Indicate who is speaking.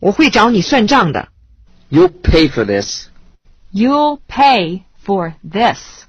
Speaker 1: 我会找你算账的。
Speaker 2: You'll pay for this.
Speaker 3: You'll pay for this.